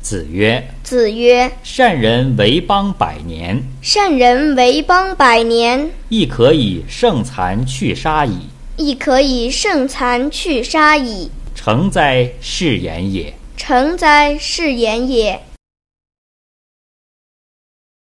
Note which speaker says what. Speaker 1: 子曰
Speaker 2: 子曰：“
Speaker 1: 善人为邦百年，：“
Speaker 2: 善人为邦百年，
Speaker 1: 亦可以胜残去杀矣。
Speaker 2: 亦可以胜残去杀矣。
Speaker 1: 诚哉，是言也。”
Speaker 2: 诚哉，是言也！